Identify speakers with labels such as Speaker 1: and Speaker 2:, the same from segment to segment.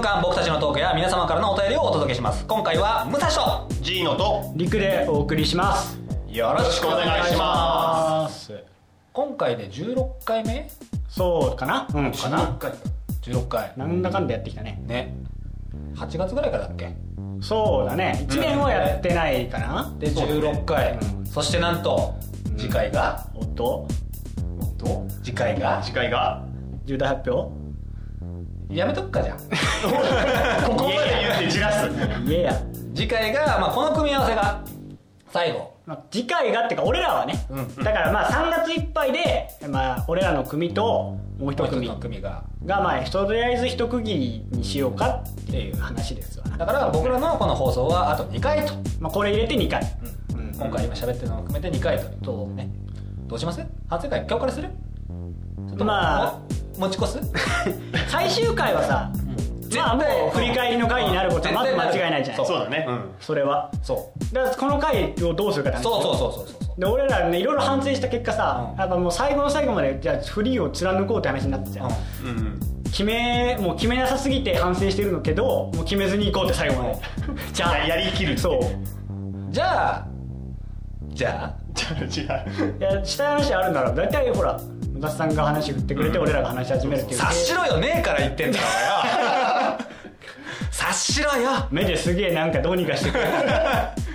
Speaker 1: 間僕たちのトークや皆様からのお便りをお届けします今回は武蔵と
Speaker 2: ジーノと
Speaker 3: 陸でお送りします
Speaker 2: よろしくお願いします
Speaker 1: 今回で16回目
Speaker 3: そうかなうん
Speaker 2: す。かな回
Speaker 1: 16回
Speaker 3: なんだかんだやってきたね
Speaker 1: ね8月ぐらいからだっけ
Speaker 3: そうだね1年はやってないかな、
Speaker 1: で16回そ,、
Speaker 3: うん
Speaker 1: してなんと次回が、
Speaker 3: おっと
Speaker 2: おっと
Speaker 1: 次回が
Speaker 2: 次回が
Speaker 3: 重大発表
Speaker 1: やめとくかじゃん
Speaker 2: こ
Speaker 1: ここ
Speaker 2: こ
Speaker 1: ま
Speaker 2: ま
Speaker 1: で
Speaker 2: で言ってじらす
Speaker 3: いやいや、
Speaker 1: 次回が、まあ、この組み合わせが最後
Speaker 3: まあ、次回がってか俺らはね、
Speaker 1: うん
Speaker 3: だからまあ3月いっぱいで、まあ、俺らの組ともう一組
Speaker 1: もう一つの組が
Speaker 3: がまあひとりあえず一区切りにしようかっていう話ですわな、
Speaker 1: だから僕らのこの放送はあと2回と、
Speaker 3: まあ、これ入れて2回、うん
Speaker 1: 今回今喋ってるのも含めて2回とどうねどうします初回今日からするちょっと
Speaker 3: まあ
Speaker 1: もう持ち 越す
Speaker 3: 最終回はさ、まあもう振り返りの回になることはまず間違いないじゃない
Speaker 2: そうだねうん
Speaker 3: それは
Speaker 1: そう
Speaker 3: だからこの回をどうするかって話
Speaker 1: そうそうそうそうそう
Speaker 3: で俺らねいろいろ反省した結果さ、
Speaker 1: うん
Speaker 3: やっぱもう最後の最後までじゃあフリーを貫こうって話になってじゃん、
Speaker 1: う
Speaker 2: うん
Speaker 3: 決めもう決めなさすぎて反省してるのけどもう決めずに行こうって最後まで じゃあ
Speaker 2: ややりきるって
Speaker 3: そう
Speaker 1: じゃあじゃあ
Speaker 2: じゃあじゃ
Speaker 3: いやしたい話あるなら大体ほら野田さんが話振ってくれて、俺らが話し始めるっていう
Speaker 1: 察しろよねえから言ってんだ からよ察しろよ
Speaker 3: 目ですげえなんかどうにかしてく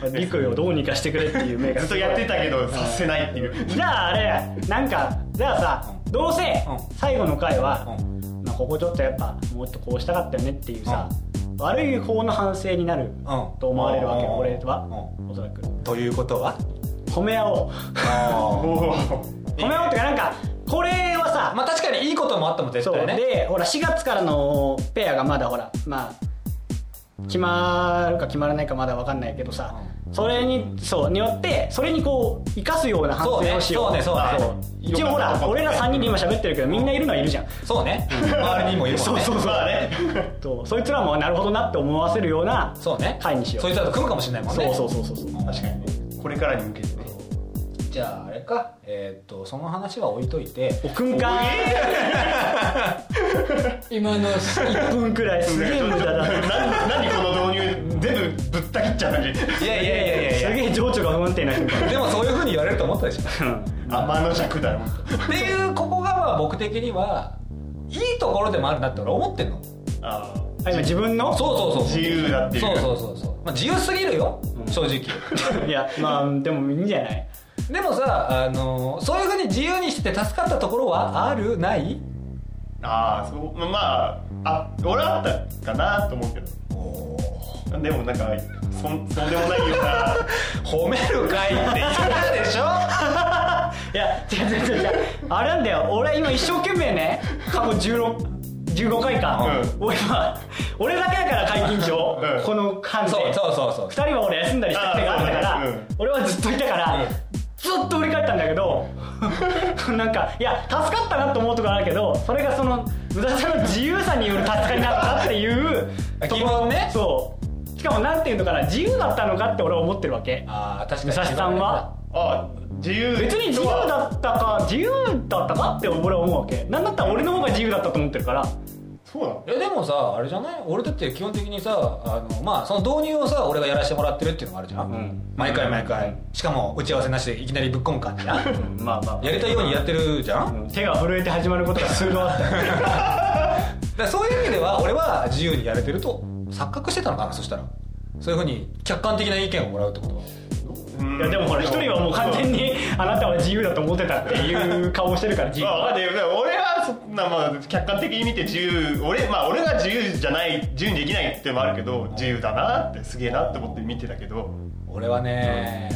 Speaker 3: れ陸をどうにかしてくれっていう目
Speaker 2: あ
Speaker 3: が
Speaker 2: ずっとやってたけどさせないっていう
Speaker 3: じゃああれなんかじゃあさどうせ
Speaker 1: うん
Speaker 3: 最後の回は、
Speaker 1: う
Speaker 3: まあ、ここちょっとやっぱもっとこうしたかったよねっていうさ、悪い方の反省になると思われるわけ、
Speaker 1: うん
Speaker 3: 俺は、
Speaker 1: う
Speaker 3: おそらく
Speaker 1: ということは
Speaker 3: 褒め合おう
Speaker 2: おお
Speaker 3: 褒め合おうっていうかなんかこれは さ、
Speaker 1: まあ確かにいいこともあったもん絶
Speaker 3: そう
Speaker 1: 対ね
Speaker 3: でほら4月からのペアがまだほらまあ決まるか決まらないかまだ分かんないけどさ、それにそうによってそれにこう生かすような反省をしよう
Speaker 1: そうねそうねそうね
Speaker 3: 一応ほ
Speaker 2: よかったよか
Speaker 3: ら
Speaker 2: った
Speaker 3: 俺ら3人で今喋ってるけどみんないるのはいるじゃん
Speaker 1: そうね周りにもいるもんね
Speaker 3: そうそうそう
Speaker 2: まあね
Speaker 3: とそいつらもなるほどなって思わせるような
Speaker 1: そうね
Speaker 3: 会にしよう
Speaker 1: そいつらと組むかもしれないもんね
Speaker 3: そうそうそうそうそう
Speaker 2: 確かにねこれからに向けてね
Speaker 1: じゃああれかえーっとその話は置いといて
Speaker 3: おくんか
Speaker 1: 今の
Speaker 3: 1分くらいすげえ無駄だ
Speaker 2: な何この導入全部ぶった切っちゃう感じ
Speaker 1: いやいやいやいやいや
Speaker 3: すげえ情緒が不安定な人みたい
Speaker 1: でもそういうふうに言われると思ったでしょ
Speaker 3: な
Speaker 2: 天の尺だよ本
Speaker 1: っていうここがまあ僕的にはいいところでもあるなって俺思ってんのそう
Speaker 2: 当あ
Speaker 3: あ今自分の
Speaker 1: そうそう
Speaker 2: 自由だっていう
Speaker 1: そうそうそうそう、まあ、自由すぎるよ、正直
Speaker 3: いやまあでもいいんじゃない
Speaker 1: でもさ、あのーそういうふうに自由にしてて助かったところはあるない
Speaker 2: ーあーそうまああ俺はあったかなと思うけどでもなんかそんそうでもないような
Speaker 1: 褒めるかいって言ったでしょ
Speaker 3: いや違う違う違う違うあれなんだよ俺今一生懸命ね過去16 15回か、
Speaker 2: う
Speaker 3: 俺は俺だけだから解禁状、
Speaker 2: うん
Speaker 3: この間 で
Speaker 1: そうそうそうそう
Speaker 3: 2人は俺休んだりしたってがあったから、
Speaker 2: あそうだねうん
Speaker 3: 俺はずっといたから、
Speaker 1: うん
Speaker 3: ずっと振り返ったんだけど なんかいや助かったなと思うところあるけどそれがその宇田さんの自由さによる助かりだったっていう
Speaker 1: あ
Speaker 3: とこ
Speaker 1: 疑問ね
Speaker 3: そうしかもなんていうのかな自由だったのかって俺は思ってるわけ
Speaker 1: ああ確か
Speaker 3: 武
Speaker 1: に
Speaker 3: 蔵さんは
Speaker 2: あ自由
Speaker 3: 別に自由だったか自由だったかって俺は思うわけなんだったら俺の方が自由だったと思ってるから
Speaker 2: そうなの
Speaker 1: えでもさあれじゃない俺だって基本的にさあのまあその導入をさ俺がやらせてもらってるっていうのがあるじゃん、
Speaker 3: ん
Speaker 1: 毎回毎回、しかも打ち合わせなしでいきなりぶっ込む感じな
Speaker 3: まあま
Speaker 1: やりたいようにやってるじゃん、だ
Speaker 3: 手が震えて始まることが数度あったよ
Speaker 1: からそういう意味では俺は自由にやれてると錯覚してたのかなそしたらそういうふうに客観的な意見をもらうってことは
Speaker 2: うん
Speaker 3: いやでもほら一人はもう完全にあなたは自由だと思ってたっていう顔してるから自由
Speaker 2: まあ、まあでも俺はそんな、まあ、客観的に見て自由俺,、まあ、俺が自由じゃない自由にできないってのもあるけど自由だなってすげえなって思って見てたけど
Speaker 1: 俺はね、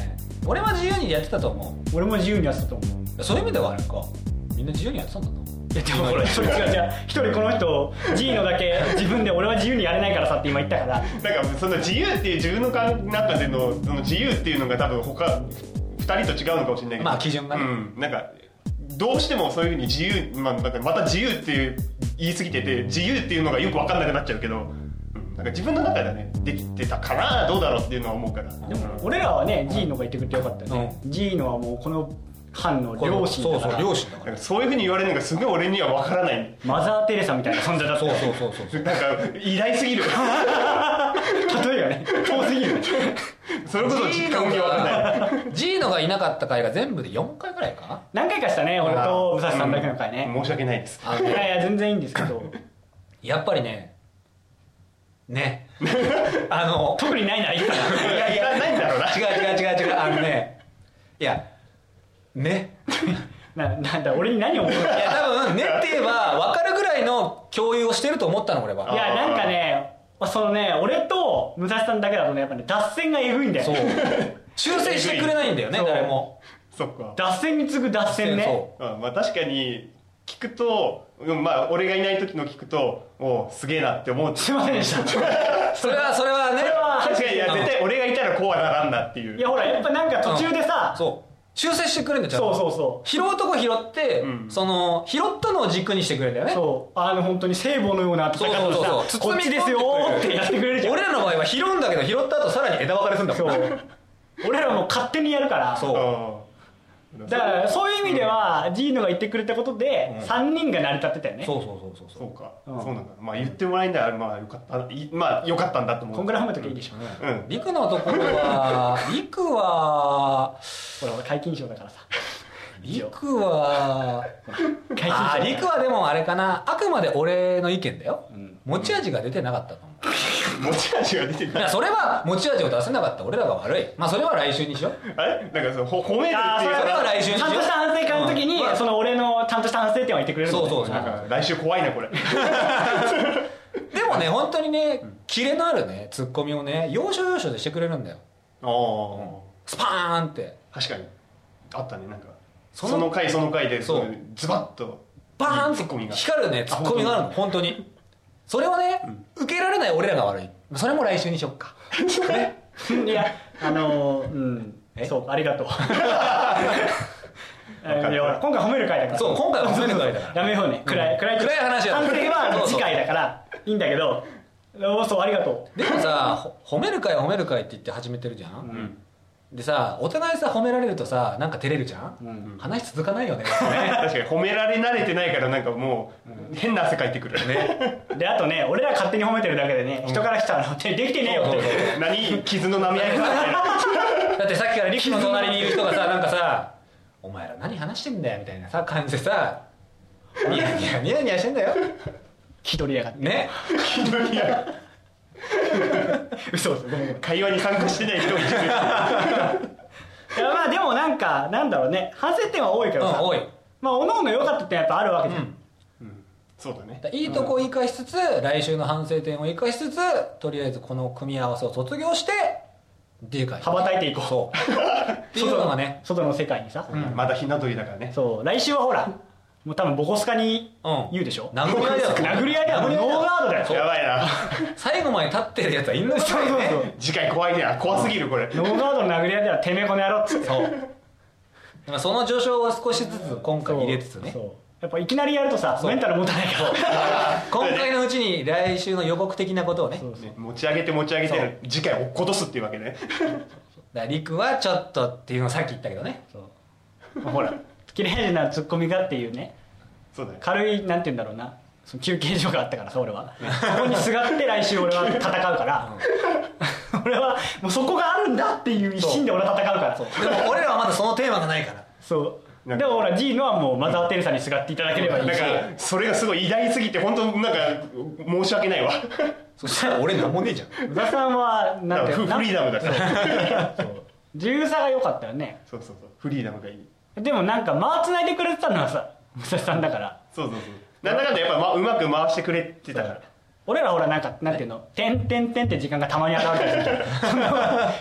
Speaker 1: 俺は自由にやってたと思
Speaker 3: 俺も自由にやってたと思う
Speaker 1: うそういう意味ではあれかみんな自由にやってたんだない
Speaker 3: やでもほらそいつがじゃあ一人この人 G のだけ自分で俺は自由にやれないからさって今言ったから
Speaker 2: なんかその自由っていう自分のか中でのその自由っていうのが多分他2人と違うのかもしれないけど
Speaker 1: まあ基準がね
Speaker 2: うん、なんかどうしてもそういうふうに自由、まあ、なんかまた自由っていう言い過ぎてて自由っていうのがよく分かんなくなっちゃうけど、うんなんか自分の中ではねできてたかなどうだろうっていうのは思うから
Speaker 3: でも俺らはね G のが言ってくれてよかったよね、G のはもうこの藩の両親だか
Speaker 1: そ
Speaker 3: ら
Speaker 1: うそう両親だか
Speaker 2: なん
Speaker 1: ら
Speaker 2: かそういうふうに言われるのがすごい俺には分からない
Speaker 3: マザー・テレサみたいな存在だった
Speaker 1: そう
Speaker 3: よ
Speaker 1: そうそうそうそう
Speaker 2: なんか偉大すぎ る
Speaker 3: 例えばね遠すぎるよね
Speaker 2: それこそ実感も分からない
Speaker 1: ジーノがいなかった回が全部で4回ぐらいか
Speaker 3: 何回かしたね俺と武蔵さんだけの回ね、
Speaker 2: 申し訳ないです
Speaker 1: なあ
Speaker 3: い
Speaker 1: の
Speaker 3: やいや全然いいんですけど
Speaker 1: やっぱりねね あの
Speaker 3: 特にないならい いかない
Speaker 2: やいやないんだろうな
Speaker 1: 違う違う違う違うあのねいやね
Speaker 3: ななんだ俺に何を思うのい
Speaker 1: いや
Speaker 3: や
Speaker 1: 多分ねって言えば分かるぐらいの共有をしてると思ったの俺は
Speaker 3: なんかねそのね俺と武蔵さんだけだとねやっぱね脱線がえぐいんだよ
Speaker 1: そう
Speaker 3: ね
Speaker 1: 修正してくれないんだよね
Speaker 3: そう
Speaker 1: 誰も
Speaker 2: そっか
Speaker 3: 脱線に次ぐ脱線ね
Speaker 1: そ
Speaker 2: あまあ確かに聞くとうんまあ俺がいない時の聞くとおうすげえなって 思う
Speaker 3: すいませんでした
Speaker 1: う それはそれはね
Speaker 3: それは
Speaker 2: 確かにいや絶対俺がいたらこうはならんなっていう
Speaker 3: いやほらやっぱなんか途中でさ、
Speaker 1: そう修正してくれるんだよ
Speaker 3: そうそううそ
Speaker 1: 拾うとこ拾って、
Speaker 2: うん
Speaker 1: その拾ったのを軸にしてくれるんだよ
Speaker 3: う
Speaker 1: ね
Speaker 3: そうあの本当に聖母のような温か
Speaker 1: そう
Speaker 3: さ
Speaker 1: そう
Speaker 3: を
Speaker 1: そ
Speaker 3: さ
Speaker 1: う
Speaker 3: こっちですよーってやってくれるじゃん
Speaker 1: 俺らの場合は拾うんだけど拾った後さらに枝分かれするんだ
Speaker 3: そ
Speaker 1: もん
Speaker 3: う俺らも勝手にやるから
Speaker 1: そう
Speaker 2: うん
Speaker 3: だからそういう意味では、ジーノが言ってくれたことで、
Speaker 1: うん
Speaker 3: 3人が成り立ってたよね
Speaker 1: そうそうそうそう
Speaker 2: そうか、
Speaker 3: うん
Speaker 2: そうなんだまあ言ってもらえんだらまあよかったいまあよかったんだと思う
Speaker 3: こんぐらい褒めときゃいいでしょ、
Speaker 2: うん
Speaker 1: リクのところ はリクは
Speaker 3: ほら俺解禁賞だからさ
Speaker 1: リクは
Speaker 3: 解禁賞
Speaker 1: あーリクはでもあれかなあくまで俺の意見だよ、
Speaker 3: ん
Speaker 1: 持ち味が出てなかったと思う
Speaker 2: 持ち味が出て
Speaker 1: い
Speaker 2: ない
Speaker 1: やそれは持ち味を出せなかった俺らが悪いまあそれは来週にしよう
Speaker 2: あれなんかそのほ褒めるっていう
Speaker 3: ああそれ
Speaker 1: それ
Speaker 2: か
Speaker 1: は来週にし
Speaker 3: ち
Speaker 1: よ
Speaker 3: ゃ
Speaker 1: うん
Speaker 3: とした反省会の時に、
Speaker 1: うんまあ
Speaker 3: その俺のちゃんとした反省点は言ってくれるんだね
Speaker 1: そうそう
Speaker 2: なんか来週怖い なこれ
Speaker 1: でもね本当にねキレのあるねツッコミをね要所要所でしてくれるんだよ
Speaker 2: ああ
Speaker 1: スパーンって
Speaker 2: 確かにあったねなんか
Speaker 1: そ
Speaker 2: そ
Speaker 1: の
Speaker 2: の回その回で
Speaker 1: そう
Speaker 2: そのズバッと
Speaker 1: バーン
Speaker 2: ツッコミ
Speaker 1: って
Speaker 2: が
Speaker 1: 光るねツッコミがあるの本当にそれをね、受けられない俺らが悪いそれも来週にしよっかね
Speaker 3: いやあのーうん
Speaker 1: え
Speaker 3: そうあり がとう
Speaker 2: かる
Speaker 3: いやほら今回褒める回だから
Speaker 1: そう今回は褒める回だ から
Speaker 3: やめようね暗
Speaker 1: う
Speaker 3: い
Speaker 1: ん
Speaker 3: 暗い
Speaker 1: 暗い話だ
Speaker 3: 反省はあ
Speaker 1: そ
Speaker 3: の
Speaker 1: うそう
Speaker 3: 次回だからいいんだけどおーそうありがと
Speaker 1: でもさほ褒める会褒める会って言って始めてるじゃん、
Speaker 2: ん
Speaker 1: でさお互いさ褒められるとさなんか照れるじゃん、
Speaker 3: ん
Speaker 1: 話続かないよね
Speaker 2: 確かに褒められ慣れてないからなんかもう変な汗かいてくるね
Speaker 3: うであとね俺ら勝手に褒めてるだけでね人から来たら 「できてねえよ」っ
Speaker 1: そうそう
Speaker 3: て
Speaker 1: そ
Speaker 2: 何傷の舐め合いかみたいな
Speaker 1: うだってさっきからリクの隣にいる人 がさなんかさ「お前ら何話してんだよ」みたいなさ感じでさニヤニヤニヤニヤしてんだよ
Speaker 3: 気取りやがって
Speaker 1: ね
Speaker 2: ひどいや
Speaker 3: 嘘嘘ごめんごめん
Speaker 2: 会話に参加してない人をいじめる
Speaker 3: いやまあでもなんかなんだろうね反省点は多いけ
Speaker 1: うん
Speaker 3: どさ
Speaker 1: 多い
Speaker 3: まあおのおの良かった点やっぱあるわけじゃん、
Speaker 2: そうだね
Speaker 1: だいいとこを生かしつつ、来週の反省点を生かしつつとりあえずこの組み合わせを卒業してでかい
Speaker 3: 羽ばたいていこう
Speaker 1: そうっていうのがね
Speaker 3: 外の外の世界にさ、
Speaker 2: まだひな鳥だからね
Speaker 3: そう来週はほらもう多分ボコスカに
Speaker 1: うん
Speaker 3: 言うでしょ、
Speaker 1: 殴り合いだよ
Speaker 3: 殴り合いだよ
Speaker 1: 殴り合いだよ
Speaker 3: ノーガードだよ
Speaker 1: そう
Speaker 2: やばいな
Speaker 1: 最後まで立ってるやつはいんの
Speaker 3: そうそうそう
Speaker 2: 次回怖いね怖すぎるこれ
Speaker 3: ノーガードの殴り合いではてめえこの野郎っつって
Speaker 1: そうだからその序章を少しずつ今回入れつつね
Speaker 3: そうやっぱいきなりやるとさ
Speaker 1: う
Speaker 3: メンタル持たないから
Speaker 1: 今回のうちに来週の予告的なことをね
Speaker 3: そうそう
Speaker 2: ね持ち上げて持ち上げて次回落っことすっていうわけね
Speaker 1: だからりくはちょっとっていうのをさっき言ったけどね
Speaker 3: そうほら綺麗なツッコミがっていうね
Speaker 2: そうだね
Speaker 3: 軽いなんて言うんだろうなその休憩所があったからさ俺はそこにすがって来週俺は戦うから、 俺はもうそこがあるんだっていう一心で俺は戦うからそう
Speaker 1: でも俺らはまだそのテーマがないから
Speaker 3: でもほらジーノはもうマザー・テレサにすがっていただければいい
Speaker 2: なん
Speaker 3: し
Speaker 2: かそれがすごい偉大すぎて本当なんか申し訳ないわ
Speaker 1: そしたら俺なんもねえじゃん
Speaker 3: 宇田さんはなんて
Speaker 2: フフリーダムだから
Speaker 3: そう自由さが良かったよね
Speaker 2: そうそうそうフリーダムがいい
Speaker 3: でもなんか間繋いでくれてたのはさ武蔵さんだから
Speaker 2: そうそうそうなんだかんだやっぱ、ま、うまく回してくれてたから
Speaker 3: 俺らほらなんかなんていうの「てんてんてん」って時間がたまにあったりす るじゃんその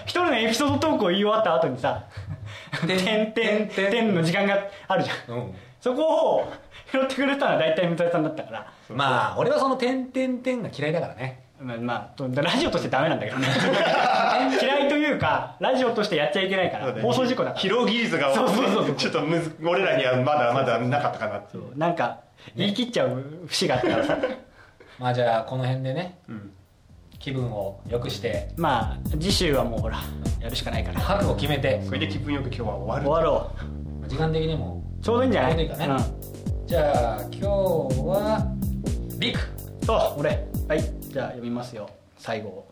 Speaker 3: 一人のエピソードトークを言い終わった後にさ「てんてんてん」の時間があるじゃん、
Speaker 1: うん
Speaker 3: そこを拾ってくれたのは大体武蔵さんだったから
Speaker 1: まあ俺はその点点点が嫌いだからね
Speaker 3: まあ、まあと、ラジオとしてダメなんだけどね嫌いというかラジオとしてやっちゃいけないか
Speaker 2: そう
Speaker 3: ら
Speaker 2: だね
Speaker 3: 放送事故だから
Speaker 2: 拾う技術が
Speaker 3: そうそうそうそう
Speaker 2: ちょっとむず俺らにはまだまだなかったかなっていう
Speaker 3: そうなんか言い切っちゃう節があったからさ
Speaker 1: まあじゃあこの辺でね
Speaker 2: うん
Speaker 1: 気分を良くして
Speaker 3: まあ次週はもうほらやるしかないから
Speaker 1: 覚悟決めて
Speaker 2: それで気分よく今日は終わる
Speaker 3: 終わろう
Speaker 1: じ時間的にも
Speaker 3: ちょうどいいんじゃない
Speaker 1: ちょうどいいかね
Speaker 3: う
Speaker 1: じゃあ今日はリク
Speaker 3: ん、そう俺はいじゃあ読みますよ最後を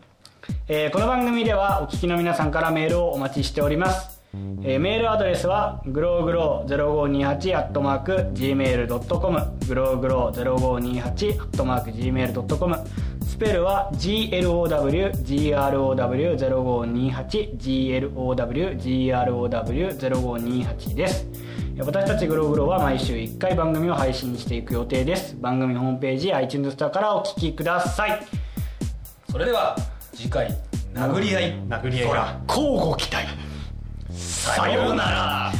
Speaker 3: えーこの番組ではお聞きの皆さんからメールをお待ちしております、えーメールアドレスはグローグロー0528 gmail.com グローグロー0528 gmail.com スペルは GLOWGROW0528GLOWGROW0528 ですえー私たちグローグローは毎週1回番組を配信していく予定です番組ホームページ iTunes ストアからお聞きください
Speaker 1: それでは次回殴り合い
Speaker 2: 殴り合い
Speaker 1: ほら
Speaker 3: 交互期待
Speaker 1: さようなら